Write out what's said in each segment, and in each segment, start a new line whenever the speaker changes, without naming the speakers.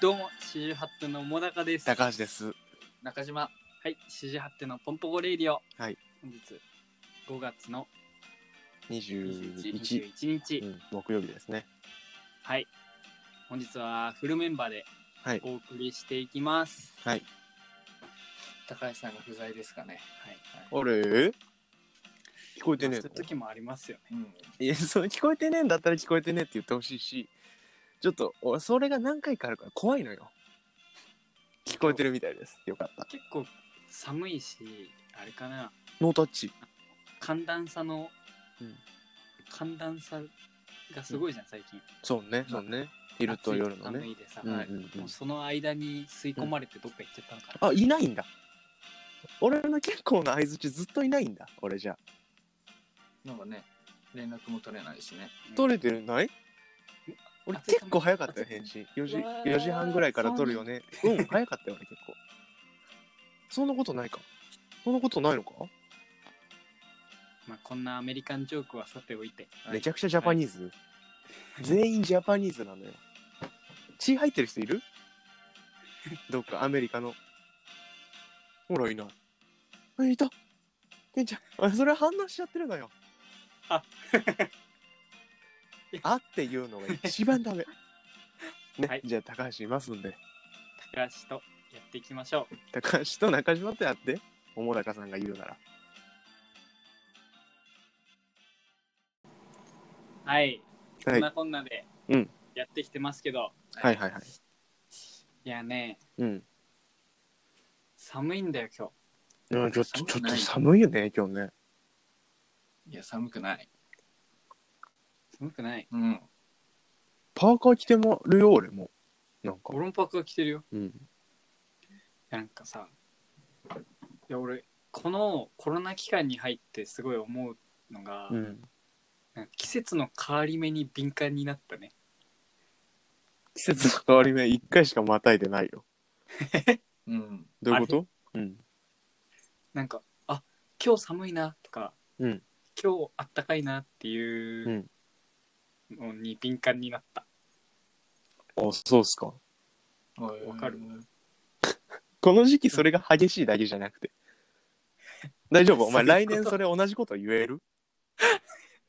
どうも、四十八手のもだかです。
高橋です。
中島。はい、四十八手のポンポコレイディオ。
はい。
本日。5月の21
21、
日、日
うん、木曜日ですね。
はい。本日はフルメンバーで
はい。
お送りしていきます。
はい。
高橋さんが不在ですかね。はい。
あれ聞こえてね
そういう
え
時もありますよね。
の。 いや、それ聞こえてねえんだったら聞こえてねえって言ってほしいし、ちょっと、俺、それが何回かあるから怖いのよ。聞こえてるみたいです。よかった。
結構寒いし、あれかな。
ノータッチ。
寒暖差の。
うん
寒暖差。がすごいじゃん、最近。
そうね、そうね。昼と夜の
暑
ね。
い寒いでさ、
うんうん
はい
うん
もうその間に吸い込まれてどっか行っちゃったのかな、
あ、いないんだ。俺の結構な相づちずっといないんだ。俺じゃ。
なんかね、連絡も取れないしね。
取れてるない俺
暑い寒い
結構早かったよ、返信。4時、
うわー
4時半ぐらいから撮るよね。うん、早かったよ、俺結構。そんなことないか。そんなことないのか、
まあ、こんなアメリカンジョークはさておいて、
めちゃくちゃジャパニーズ、全員ジャパニーズなのよ。血入ってる人いるどっかアメリカの。ほら、いない。え、いた。ケンちゃん、あそれ反応しちゃってるのよ。
あ
あっていうのが一番ダメ。ね、
はい
じゃあ高橋いますんで。
高橋とやっていきましょう
高橋と中島ってやって桃高さんが言うなら
はい、
は
こん
い
なこんなで
うん
やってきてますけど、
はいはいはい
いやね
うん、
寒いんだよ今
うん、ちょっと
寒く
ちょっ
ない
と寒いよね今日ね
いや、寒くない。
日寒くない
うん。
パーカー着てもるよ俺もなんか
ゴロンパクが着てるよ
うん
いやなんかさいや俺このコロナ期間に入ってすごい思うのが、
うん
なんか季節の変わり目に敏感になったね
季節の変わり目一回しかまたいでないよ
うん。
どういうことうん
なんかあ今日寒いなとか、
うん
今日あったかいなっていううのに敏感になった、
あそうっすか
わ
わかる
この時期それが激しいだけじゃなくて大丈夫お前
そういう
来
こと
年それ同じこと言える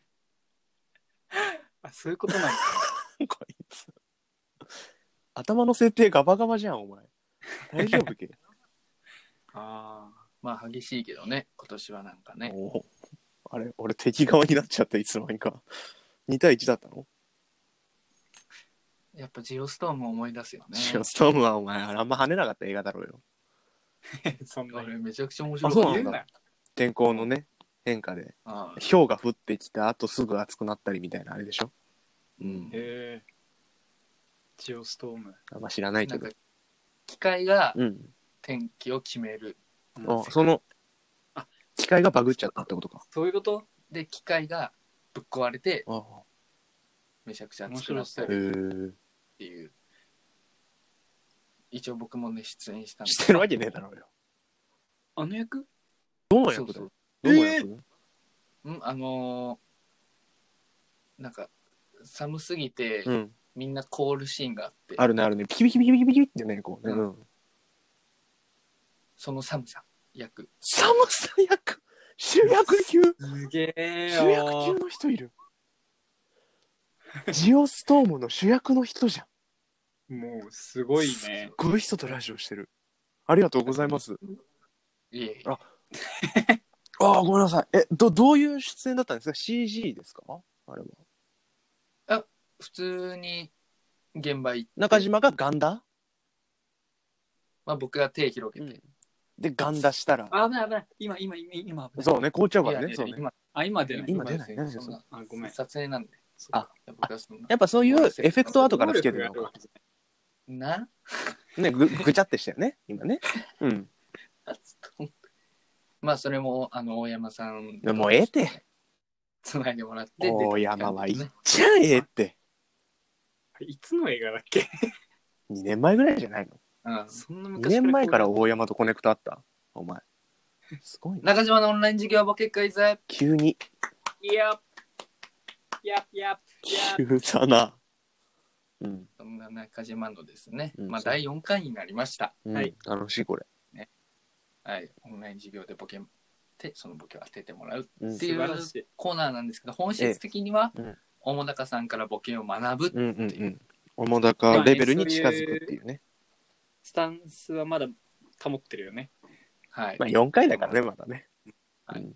あそういうことなんだ
こいつ頭の設定ガバガバじゃんお前大丈夫け
あー
まあ、激しいけどね、今年はなんかね。
おおあれ俺敵側になっちゃったいつの間にか2対1だったの、
やっぱジオストームを思い出すよね。
シオストームはお前あんま跳ねなかった映画だろうよ
そんな
あれ
に
めちゃくちゃ面白
あ
い。
そう
言う
なん
な
だ天候のね変化で
ああ
氷が降ってきた後すぐ暑くなったりみたいなあれでしょ
うん。
へえジオストーム
あんま知らない
な
け
ん
ど
か、機械が
うん
天気を決める。
あその
あ
機械がバグっちゃったってことか
そういうこと
で、機械がぶっ壊れて、
ああ
めちゃくちゃ熱くなった
へ
りっ
え
ていう。一応僕もね、出演したんで。
してるわけねえだろうよ
あの役
どの
そ
役
う
だ
そ
よ
う。
どの役、
うん、あのーなんか、寒すぎて、
うん
みんな凍るシーンがあって、
あるねあるねピキピキピキピキピキってねこうね、
うん
うん、
その寒さ、役。
寒さ役主役級
すげえ
主役級
よ
の人いるジオストームの主役の人じゃん
もうすごいね
この人とラジオしてるありがとうございます
いえいえ
あああごめんなさいえどどういう出演だったんですか CG ですかあれは
普通に現場行って、
中島がガンダ
まあ、僕が手広げて、
でガンダしたら
危ない危ない今今今今危ない
そうね紅茶
い
場
や
で
い
ね
や
そうね
今
あ今出ない
今出ない何でしょう
そんな
あごめん
撮影なんで
あ
そっか僕はそんな
やっぱそういうエフェクト後からつけて
能
るの
力があわ
か
けじゃ
な
ねぐぐちゃってしたよね今ねうん
まあそれもあの大山さん
でももうええって
つないでもらって出てきた
大山はい
ん
い
で
っ
ね
ちゃええって
ないいつの映画だっけ
2年前ぐらいじゃないの
うん
そんな
2
昔
年前から大山とコネクトあったお前すごいな
中島のオンライン授業ボケクイズ
急に
いやいやいやいや
急だなうん
そんなが中島のですね、
うん
まあ、
そう
第4回になりました。
うん
はい
楽しいこれ。
はい、オンライン授業でボケて、そのボケを当ててもらう
うん
っていう
素晴らしい
コーナーなんですけど、本質的には
ええうん、
桃高さんからボケを学ぶ。
うんうんうん。おもだかレベルに近づくっていうね。
スタンスはまだ保ってるよね。
はい
まあ。4回だからね、まだね。
はい
うん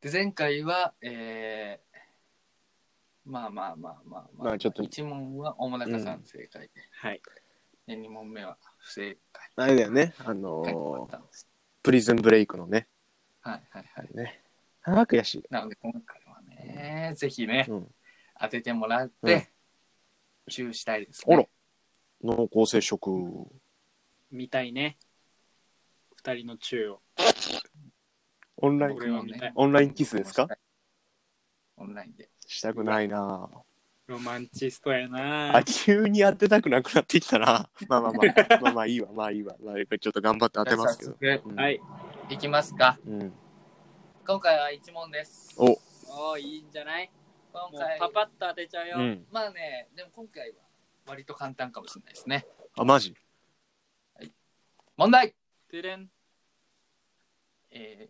で、前回は、えー、まあまあまあまあまあ、
まあちょっと
1問は桃高さん正解
はい。
で、2問目は不正解。
あれだよね。あ
はい、
の
終
ー
わったんです
プリズンブレイクのね。
はいはいはい。
ねああ、悔しい。
なので、今回はね、ぜひね、
うん。
当ててもらっ
うん
て、集したいです、
あ
ね。
ら。濃厚接触。
見たいね。二人の宙を。
オンライン
僕、もね
オンラインキスですか
オンラインで。
したくないな
ロマンチストやな
あ、急に当てたくなくなってきたな。まあ まあまあ、まあまあいいわ、まあいいわ。まあ、ちょっと頑張って当てますけど。
じゃあ早
うん
はい。
速いきますか。
うん。
今回は1問です。
お、
おーいいんじゃないも
今
う
回
パパッと当てちゃうよ。
うん。
まあね、でも今回は割と簡単かもしれないですね。
あ、マジ
問題
てれん。
え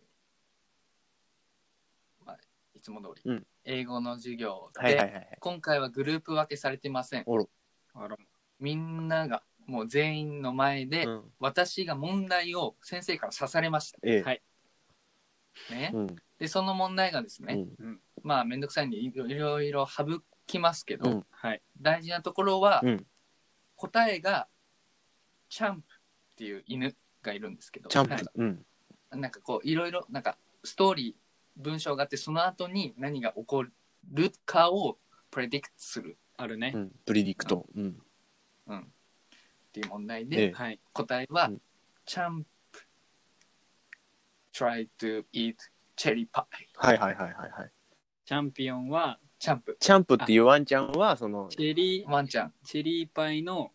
ーまあ、いつも通り、
うん
英語の授業で、
はいはいはいはい。
今回はグループ分けされてません。
あら、
みんながもう全員の前で、
うん
私が問題を先生から刺されまし
ええ
はい
たね。
うん。
で、その問題がですね、
うん
まあめんどくさいんでいろいろいろ省きますけど、
うん
はい。
大事なところは、
うん
答えがチャンプっていう犬がいるんですけど
チャンプ
はい
だ。うん。
なんかこういろいろなんかストーリー文章があってその後に何が起こるかをプレディクトする
あるね
う。ん。プリディクト。うん。
っていう問題
え
で、
え
はい。
答えは、
うん
チャンプ try to eat cherry pie
はいはいはいはいはい。
チャンピオンは、
チャンプ
チャンプっていうワンちゃんは、その、
チェリー、
ワンちゃん
チェリーパイの、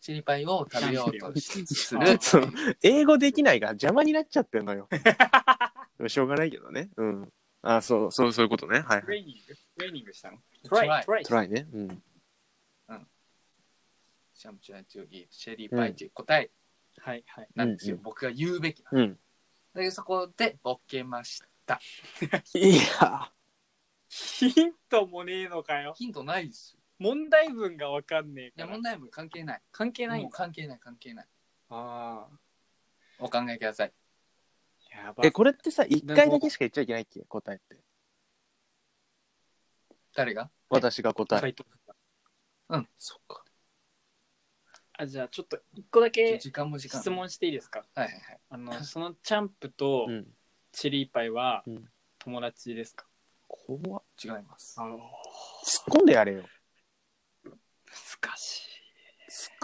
チェリーパイを食べようとしする
チャン
その英語できないが邪魔になっちゃってんのよ。 しょうがないけどね。うん。あ、そう、そう、そういうことね。はい
トレーニングトレーニングしたのト
try
ライ、トライ
ト。ライね。うん。
チャンプ try to eat cherry pie っていう答え
はい、はい。
なんですよ、
うんう
僕が言うべきな
うん。
だけどそこでボケました
いや。
ヒントもねえのかよ。
ヒントないですよ
問題文がわかんね
い
えか
や
ら
問。題文関係ない
関係ない
も
ん
う
だ。
関係ない関係ない
あ
お考えください
あ。やば
え、。これってさ、一回だけしか言っちゃいけないっけ答えって。
誰が
私が答え。
回答
そっか。
あ、じゃあちょっと一個だけ
時間も時間
質問していいですか
はいはいはい
あ の、そのチャンプと
うん。
チェリーパイは
うん
友達ですか
怖っ
違います
あの、
突っ込んでやれよ。
難し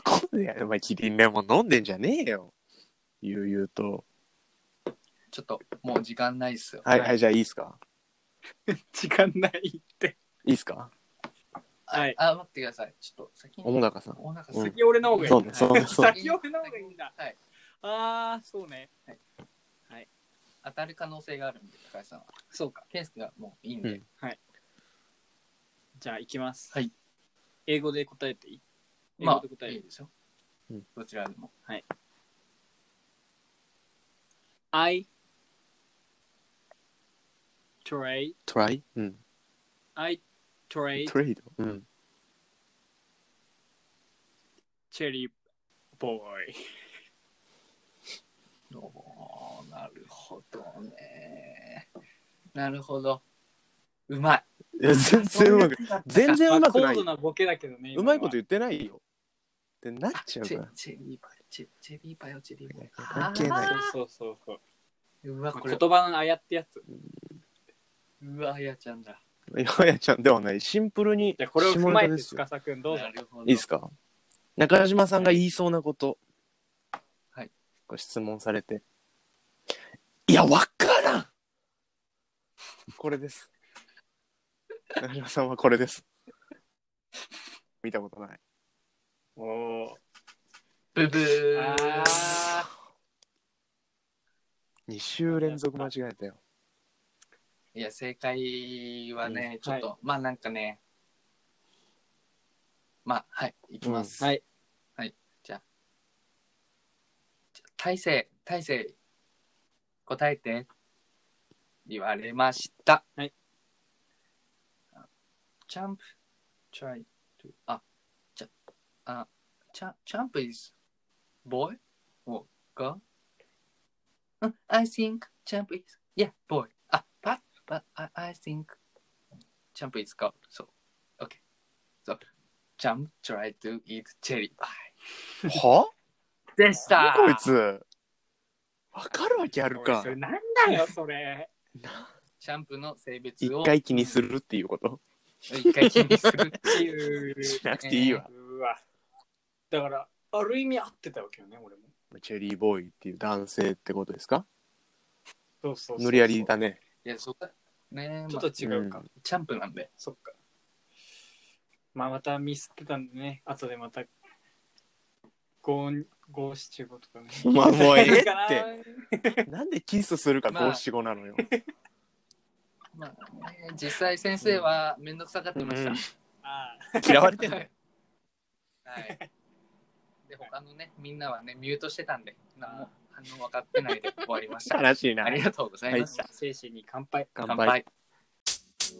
突っ込んでやれよ。お前、キリンレモン飲んでんじゃねえよ。ゆうゆうと。
ちょっともう時間ないっすよ
はい、
はい
はい、じゃあいいっすか
い。時間ないって。
いいっすか
はい。
あ待ってくださいちょっと先に
小野中さん。
お腹
うん
先
先俺の方がいい。
そうね、そうね、そう。
先俺の方がいいんだ。
はい
ああ、そうね。
当たる可能性があるんで高橋さんは
そうか。
健介がもういいんで、
うん
じゃあ行きます。
はい。
英語で答えていい英
ま
語
あ
で答え
い
る
い。でしょ、
うん
どちらでも
I trade,
トライうん
I trade
トレードうん。
cherry boy.
おーなるほどねなるほどうまい
いや、全然うまく、全然うまく
ま
な
あ
い
高。度なボケだけどね。
うまいこと
言。
言ってないよ。ってなっちゃうか
チ
ら
ェ。チェリーパイチェチェリーパイをチェリーパイ
関係ない
そうそうそうそう。
いうわこ
ま
れ
あ言葉のあやってやつ。
うわあやちゃんだ
ややちゃんではない。シンプルに
じゃあこれを踏
下
ま
ネ
え
タ
て、
ですよ。
司くんどうぞ
な。るほど
いいですか中島さんが言いそうなこと。
はい。
こう質問されて。いや、わからんこれです。中島さんはこれです。見たことない。
おお
ブブー
ー。ああ。
2週連続間違えたよ。
いや、正解はね、
うん
ちょっと、まあなんかね、まあ、はい、いきます。
はい。
大勢、大勢、答えて、言われました。
はい。
ジャンプ、try to, あ、じゃ、あ、ジャジャンプ is boy or girl? うん、I think jump is, yeah, boy. あ、but, but I, I think jump is girl. So, okay. So, jump try to eat cherry.
は
でした
こいつ。わかるわけある
おい
か
そ。れなんだよ、それ。
ジャンプの性別
一
を
回気にするっていうこと。
一回気にする。
っていう。
しなくていいわ。
うわ。だから、ある意味合ってたわけよね、俺も。
チェリーボーイっていう男性ってことですか
そうそうそう
無理やりだね。
いや、そっか。ねえ、
ち
ま
ょ
あ
っと違うか。
うん
ジャンプなんで。
そっか。まあまたミスってたんでね、後でまた5、5、7、5とかね。
まあもうええっ
かな
て。 なんでキスするか
まあ
五七五なのよ。
まあね、実際先生はめんどくさがってました。
うん
あ
嫌われてんのよ。
はい。で、他のね、みんなはね、ミュートしてたんで、何も反応分かってないで終わりました。
悲しいな
あ。りがとうございま
あ
した。
精神に乾杯。
乾
乾
杯。
杯。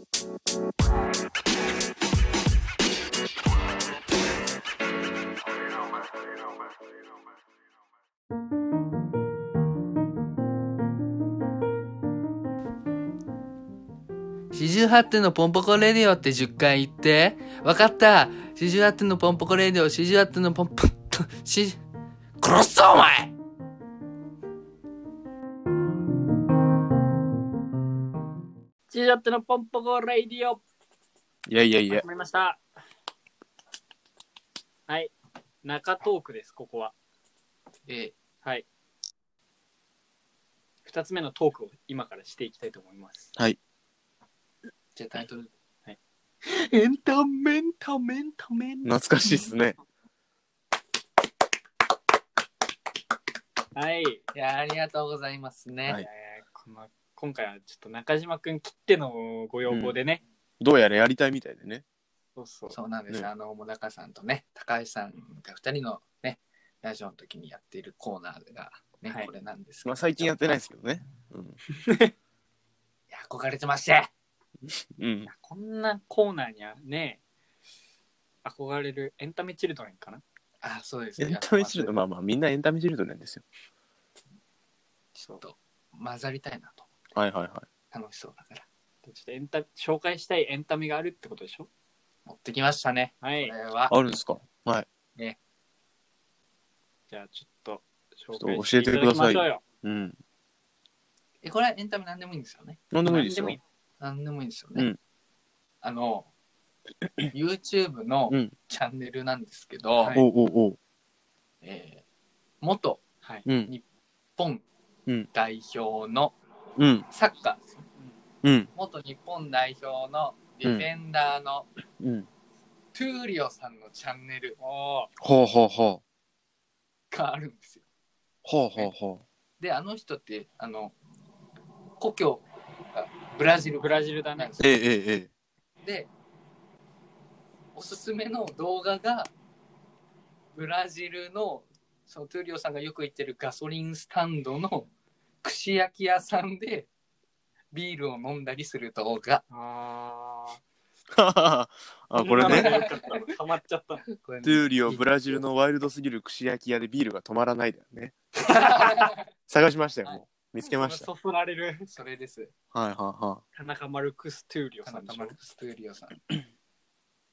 四十八点のポンポコレディオって10回言って。わかった。四十八点のポンポコレディオ、四十八点のポンポ、と、し、殺すぞお前
チージャットのポンポコレイディオ
いやいやいや
始。まりました。はい。中トークです、ここは。
え
はい。二つ目のトークを今からしていきたいと思います。
じゃあタイトル。
エンタメンタメンタメン
懐かしいっすね。
はい。
いや、ありがとうございますね。
はい
えーこの今回はちょっと中島くん切ってのご要望でね。
どうやらやりたいみたいでね。
そうそう。
そうなんです、
ね
あの、もなかさんとね、高橋さんが二人のね、ラジオの時にやっているコーナーが、ね、
はい
これなんですけど
まあ最近やってないですけどね。うん。
いや憧れてまして、
うん
いや。こんなコーナーにはね、憧れるエンタメチルドレンかな。
あ、そうです
エンタメチルド、
いや
まあまあみんなエンタメチルドなんですよ。
ちょっと混ざりたいなと。
はいはいはい。
楽しそうだから。
ちょっとエンタ紹介したいエンタメがあるってことでしょ
持ってきましたね。
は
こ
い。
れは。
あるんですかはい。
じゃあちょっと
ちょっと教えてくださ
紹介してただきま
い
しょうよ。
うん。
え、これはエンタメなんでもいいんですよね。
なんでもいいです
何で
よ
もい。い
なんでもいいんですよね。
うん
あの、YouTube の
うん
チャンネルなんですけど、
はい
おうおうおう。
えー元
はい。
うん。
日本代表の
うん。
サッカーですね
うん。
元日本代表のディフェンダーの
うん。
トゥーリオさんのチャンネル
おー
ほうほうほう。
があるんですよ。
ほうほうほ
であの人ってあの故郷がブラジル
ブラジルだね
う。ええええ え
でおすすめの動画がブラジルのそのトゥーリオさんがよく行ってるガソリンスタンドの串焼き屋さんでビールを飲んだりする動画。
ああ。
え。はははあ、これね。
ハマっちゃったの。
これね
トゥーリオブラジルのワイルドすぎる串焼き屋でビールが止まらないだよ ね。探しましたよ、もう。見つけました。
そそられる。
それです。
はいはいは
田中マルクス・トゥーリオ
田
さんで
中
しょ
マルクストゥーリオさん。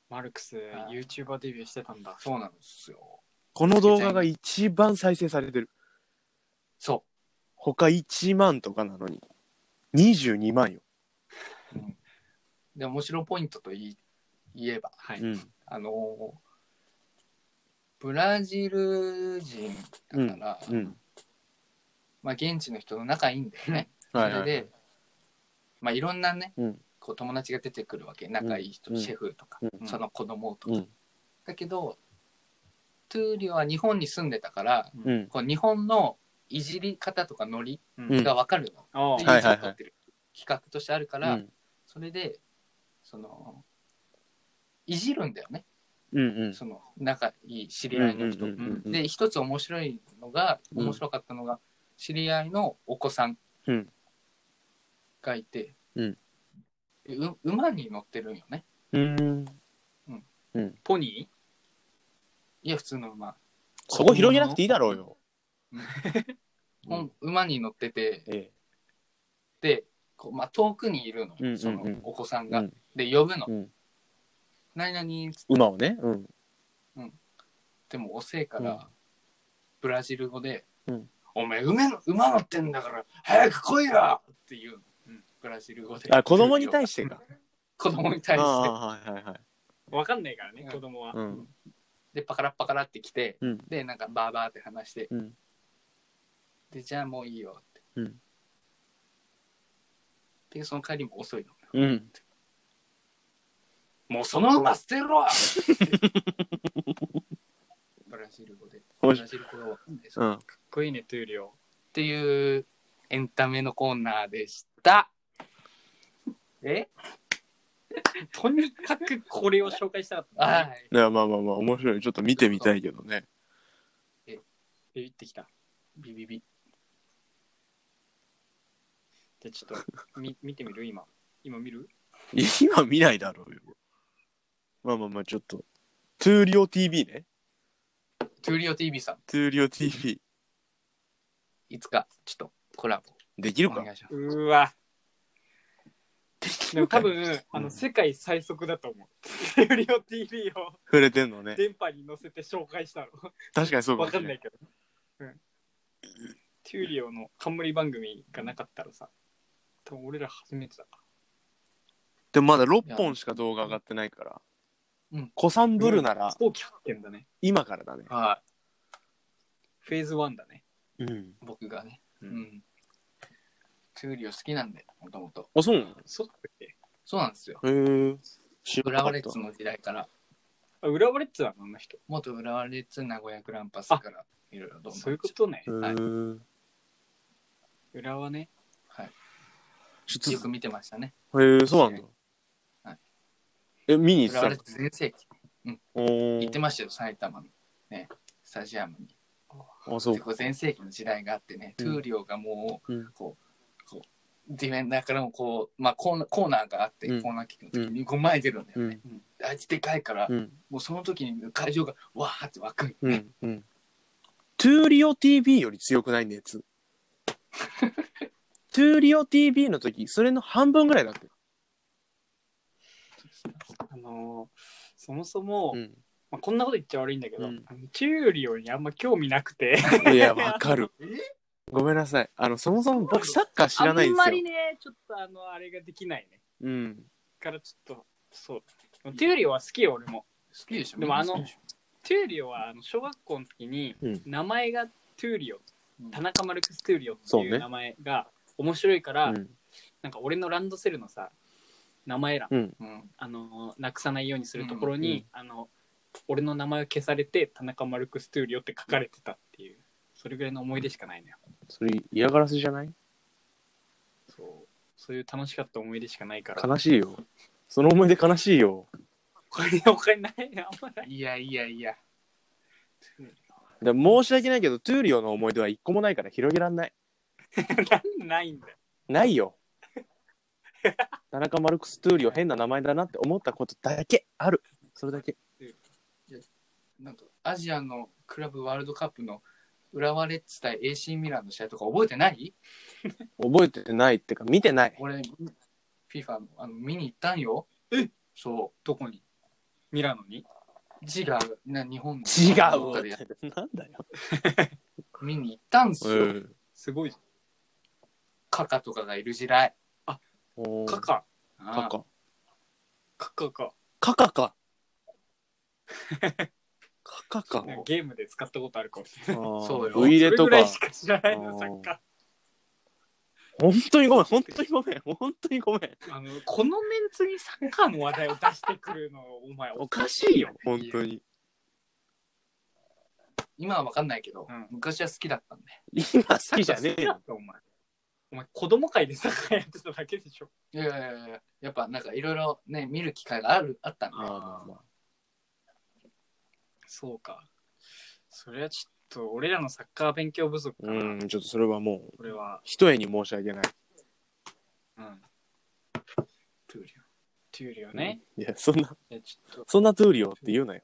マルクス、
はい
YouTuber デビューしてたんだ。
そうなんですよ。
い。この動画が一番再生されてる。
そう。
他1万とかなのに。22万よ。
で面白ポイントと言い言えば
はい。
うん。
あのーブラジル人だから、
うん。
まあ、現地の人の仲いいんだよね。
はいは
それ
い。
で、まあ、いろんなね、
うん
こう友達が出てくるわけ仲いい人、
うん
シェフとか、
うん
その子供とか、
うん。
だけどトゥーリオは日本に住んでたから
うん。
こう日本のいじり方とかノリ
う
うん
ん。
が分かるの、
お
で
ー
はい
ちょっと撮ってる企画としてあるか
う
ら、
ん
それでそのいじるんだよね
うんうん。
その仲いい知り合いの人
うんうんうんうん
で一つ面白いのが
うん
面白かったのが、知り合いのお子さん
うん
がいて、
うん
う馬に乗ってるんよね
うん。
ポニ
いや普通の馬、
そこ広げなくていいだろうよ。
ほん馬に乗ってて
え
でこう、まあ、遠くにいるのよ、
うんうんうん
そのお子さんが、
うん
で呼ぶの
え。うん。
「何々」つっ
馬をね。うん。
てもおせいか
うん
らブラジル語で
うん
おめえ馬の馬乗ってんだから早く来いよ!」っていうの、うんブラジル語で
あ、子供に対してか。
子供に
あ
対して
あ、はいはいはい。
ーわかんないから
う
ね
ん
子供は、
うん。
でパカラッパカラって来て、
うん
でなんかバーバーって話して、
うん
でじゃあもういいよって、
うん
でその帰りも遅いの
うん。
もうその馬捨てろ ブラジル語でブラジル語がわかんないです、
う
っ
ん。
かっこいいねトゥーリオ
ていうエンタメのコーナーでしたえ
とにかくこれを紹介したかった
は
ね
い
いや、まあまあまあ、面白い。ちょっと見てみたいけどね。
ビビってきた
ビビビ
じゃあちょっとみ見てみる今今見る
いや今見ないだろうよ。まあまあまあ、ちょっと。トゥーリオ TV ね。
トゥーリオ TV さん
トゥーリオ TV。
いつかちょっとコラ
できる
ボお
か
願いします
うーわでも多分あ
う
の
ん
世界最速だと思うトゥーリオ TV を
触れてんのね。
電波に乗せて紹介したの
確かにそうか
わ
もし
か
れ
ん
な。
ないいけど。うん。トゥーリオの冠番組がなかったらさ、多分俺ら初めてだか
でもまだ6本しか動画上がってないから。
うん
子さん
ら。
ブルなら
飛行機発見だね。
今からだね。
は
フェーズ1だね。
うん。
い僕がね
う
う。んトゥーリオ好きなんでもともと
あ、そうな
そうだっけ
そうなんですよ
のへえ。知らなか
浦和
っ
レ
た
ッズの時代から
あ、浦和レッズだな、あの人。
元浦和レッズ名古屋グランパスからいろいろどんどん
そういうことね
へ。ー
はい
浦和ね。
ち
よ
ょっ
く見てましたね
と、へえ、そうなん
は
だ
い。
え、見に行って
浦和
た
レ
の
ッズ全盛期
お
行って
ー
ましたよ埼玉のねスタジアムに
あ、そう
でこう全盛期の時代があってね、
うん
トゥーリオがもう、
うん
こうこうディフェンダーからもこう、まあ、コーナーコーナーがあって、
うん
コーナーキックの時に5枚出るんだよ
う
ね、
ん。
あいつでかいから、
うん。
もうその時に会場がわーって湧くんよ
う
ね、
ん。うん。トゥーリオ TV より強くない熱。トゥーリオ TV の時、それの半分ぐらいだって。
あのーそもそも、
うん。
まあ、こんなこと言っちゃ悪いんだけど、
うん
あのトゥーリオにあんま興味なくて。
いや、わかる。ごめんなさい。あの、そもそも僕サッカー知らないん
あん
で
ますり
よ。
ね、ちょっとあの、あれができないね。
うん。
からちょっと、そう。トゥーリオは好きよ、俺も。
好きでしょ
でもあの
みんな好きでし
トゥーリオはあの小学校の時に
うん
名前がトゥーリオ、
うん
田中マルクス・トゥーリオって
そう
いう
ね
名前が面白いから、
うん
なんか俺のランドセルのさ名前欄、
うん。
ょうん
あのーなくさないようにするところに、あの俺の名前を消されて田中マルクス・トゥーリオって書かれてたっていうそれぐらいの思い出しかないのよ
それ嫌がらせじゃない
そうそういう楽しかった思い出しかないから
悲しいよ。その思い出悲しいよ。
これ他にないあんまない
いやいやいや
でも申し訳ないけど、トゥーリオの思い出は一個もないから広げらんない。
なんないんだよ
ないよ。田中マルクス・トゥーリオ変な名前だなって思ったことだけある。それだけ。
なんかアジアのクラブワールドカップの浦和レッズ対 AC ミランの試合とか覚えてない
覚えてないっていうか、見てない。
俺 FIFA のあの見に行ったんよ
え
そ
どこにミラノに
う違うな日本の
違う
どっかでや
なんだよ。
見に行ったんすよ、
すごい
カカとかがいる時代
おー
カカ
カ
あ
カ。
カカか
カカか。カカか。
なんかゲームで使ったことあるかもしれない
そ
そう
よ
ウイレ
それ
と
ぐ
から
い。しか知らないの、
あー
サッカ
本当にごめん、本当にごめん、本当にごめん。
ー。あの、このメンツにサッカーの話題を出してくるの、お前、
お
お
か
か
し
し
い
い
よ
よ。、
本当に。
今は分かんないけど、
うん
昔は好きだったんで
今好きじゃね
サッカー好き
え
だ
よ
っ。たお前。お前、子供会でサッカーやってただけでしょ。
いやいやいややっぱなんかいろいろね見る機会があるあったんで
まあまあまあ。
そうか。それはちょっと、俺らのサッカー勉強不足かな。
うん、ちょっとそれはもう、
これは。
一重に申し訳ない。
うん。トゥーリオ。トゥーリオね。
いや、そんな、
いや、ちょっと、
そんなトゥーリオって言うなよ。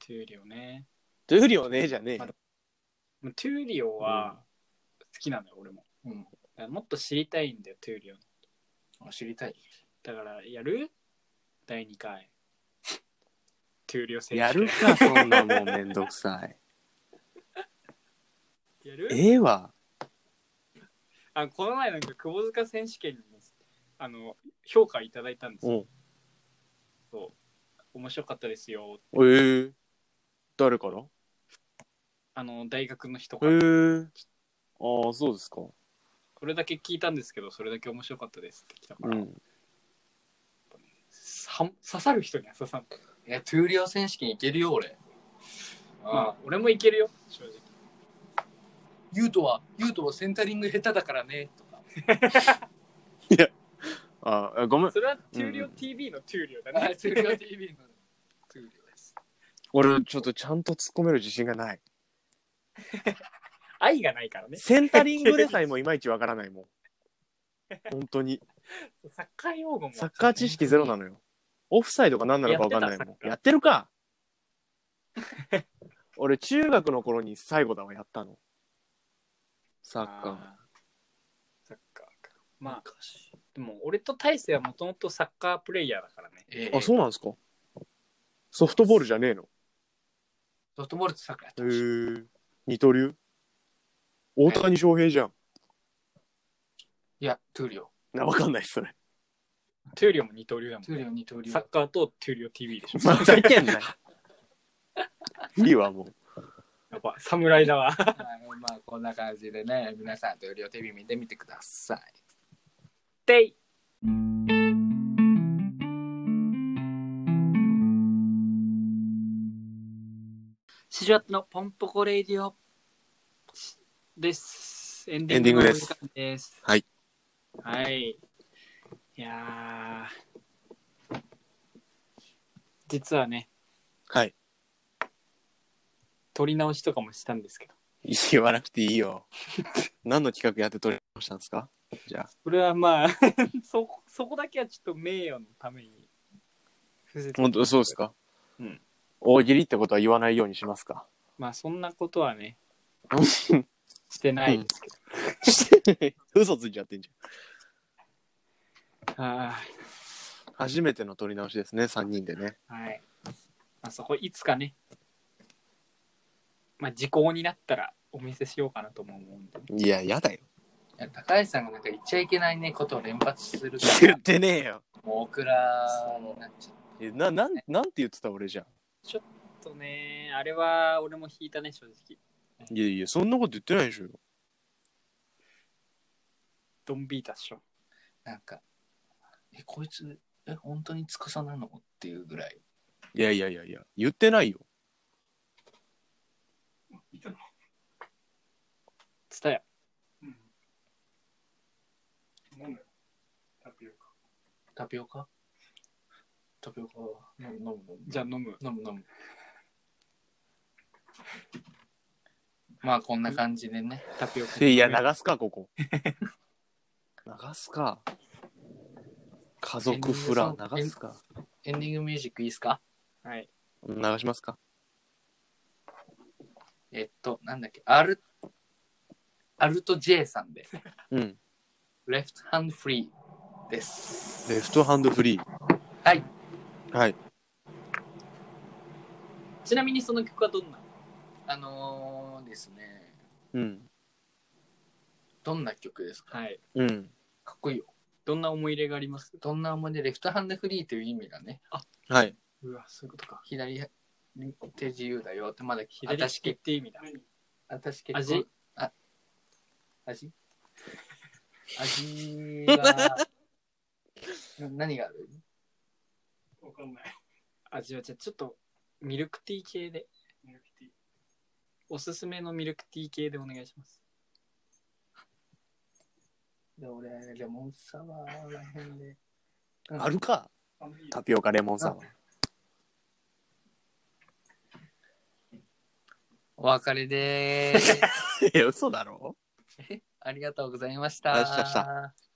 トゥーリオね。
トゥーリオねえじゃねえよ。
まあトゥーリオは好きなのよ、俺も。
うん。
だからもっと知りたいんだよ、トゥーリオの。
あ知りたい。
だから、やる第2回。トゥーリオ選手権
やるか、そんなもんめんどくさい。
やる
ええわ。
あこの前なんか久保塚選手権にあの評価いただいたんですよ、
うん。
そう面白かったですよ
ええ誰から
あの大学の人
ええ
から、
ああ、そうですか。
これだけ聞いたんですけどそれだけ面白かったですって来たか
う
ら、
ん。
さ刺さる人には刺さん
いや、トゥーリオ選手権いけるよ、俺。
まあ
ああ。
俺もいけるよ正直
ユートは、ユートはセンタリング下手だからね。とか。
ああ、ごめん。
それはトゥーリオ TV のトゥーリオだ
あ
ね、
トゥーリオ TV のトゥーリオです。
俺、ちょっとちゃんと突っ込める自信がない。
愛がないからね
センタリングでさえもいまいちわからないもん。 本当に。
サッカー用語も
サッカー知識ゼロなのよ。オフサイドが何なのか分かんない
やっ
も
て
ん。
た
やってるか俺、中学の頃に最後だわ、やったの。サ
サ
ッカー。
サッカーかまあでも俺と大勢はもともとサッカープレイヤーだからね
え
あ、そうなんですかソフトボールじゃねえの
ソフトボールとサッカーやってまし
へえ。二刀流大谷翔平じゃん。
いや、トゥーリオ。
な、分かんないっす、それ。
トゥーリオも二刀流だも
トゥ
ん
ーリ
ね
オ、二刀流
サ。ッカーとトゥーリオ TV でしょ
またいけんない。いいわ、もう。
やばい、侍だわ。
はいまあ、こんな感じでね、皆さん、トゥーリオ TV 見てみてください。
でいシジュアットのポンポコレイディオです。エン
ディングです
のお時間です
はい。
はい。いやー実はね、
はい。
撮り直しとかもしたんですけど、
言わなくていいよ。何の企画やって撮りましたんですかじゃあ。
それはまあ そこ、そこだけはちょっと名誉のために伏せて
本当そうですか
うん。
大喜利ってことは言わないようにしますか
まあそんなことはね、してないですけど。
嘘ついちゃってんじ
あ
ゃん。初めての撮り直しですね、3人でね。
あはい。まあそこいつかね、まあ時効になったらお見せしようかなとも思うんでね、
いや、やだよ。
いや高橋さんがなんか言っちゃいけないねことを連発するか
言
ら
ってねえよ。
もうオクラになっちゃう
えな、なん、なんて言ってた俺じゃん。
ちょっとね、あれは俺も引いたね、正直。
いやいや、そんなこと言ってないでしょ。
ドンビータっしょ。
なんかえこいつえ本当につくさなのっていうぐらい
いやいやいやいや、言ってないよ。
つたや。
タピオカタピオカ飲む飲む飲む
じゃあ飲む。
飲む飲むまあこんな感じでね
タピオカ。
いや、流すか、ここ。 流すか。家族フラ流すか。
エンディングミュージックいいですか
はい。
流しますか。
えっとなんだっけアルアルト J さんで
うん。
レフトハンドフリーです
レフトハンドフリー。
はい
はい。
ちなみにその曲はどんな
あのー、ですね
うん。
どんな曲ですか
はい。
うん。
かっこいいよ。
どんな思い入れがあります
どんな思いでレフトハンドフリーという意味がね、
はい。
うわ、そういうことか。
左手自由だよってまだ
左
左
利
私
きっ
結
て意味だ。
私結
味
あ 味味がな何がある
わかんない。味はじゃあちょっとミルクティー系で。ミルクティー。おすすめのミルクティー系でお願いします。
で俺レモンサワーらへんで。
あるか。タピオカレモンサワー。
お別れでーす。
いや、嘘だろ
ありがとうございました。
ありがとうございました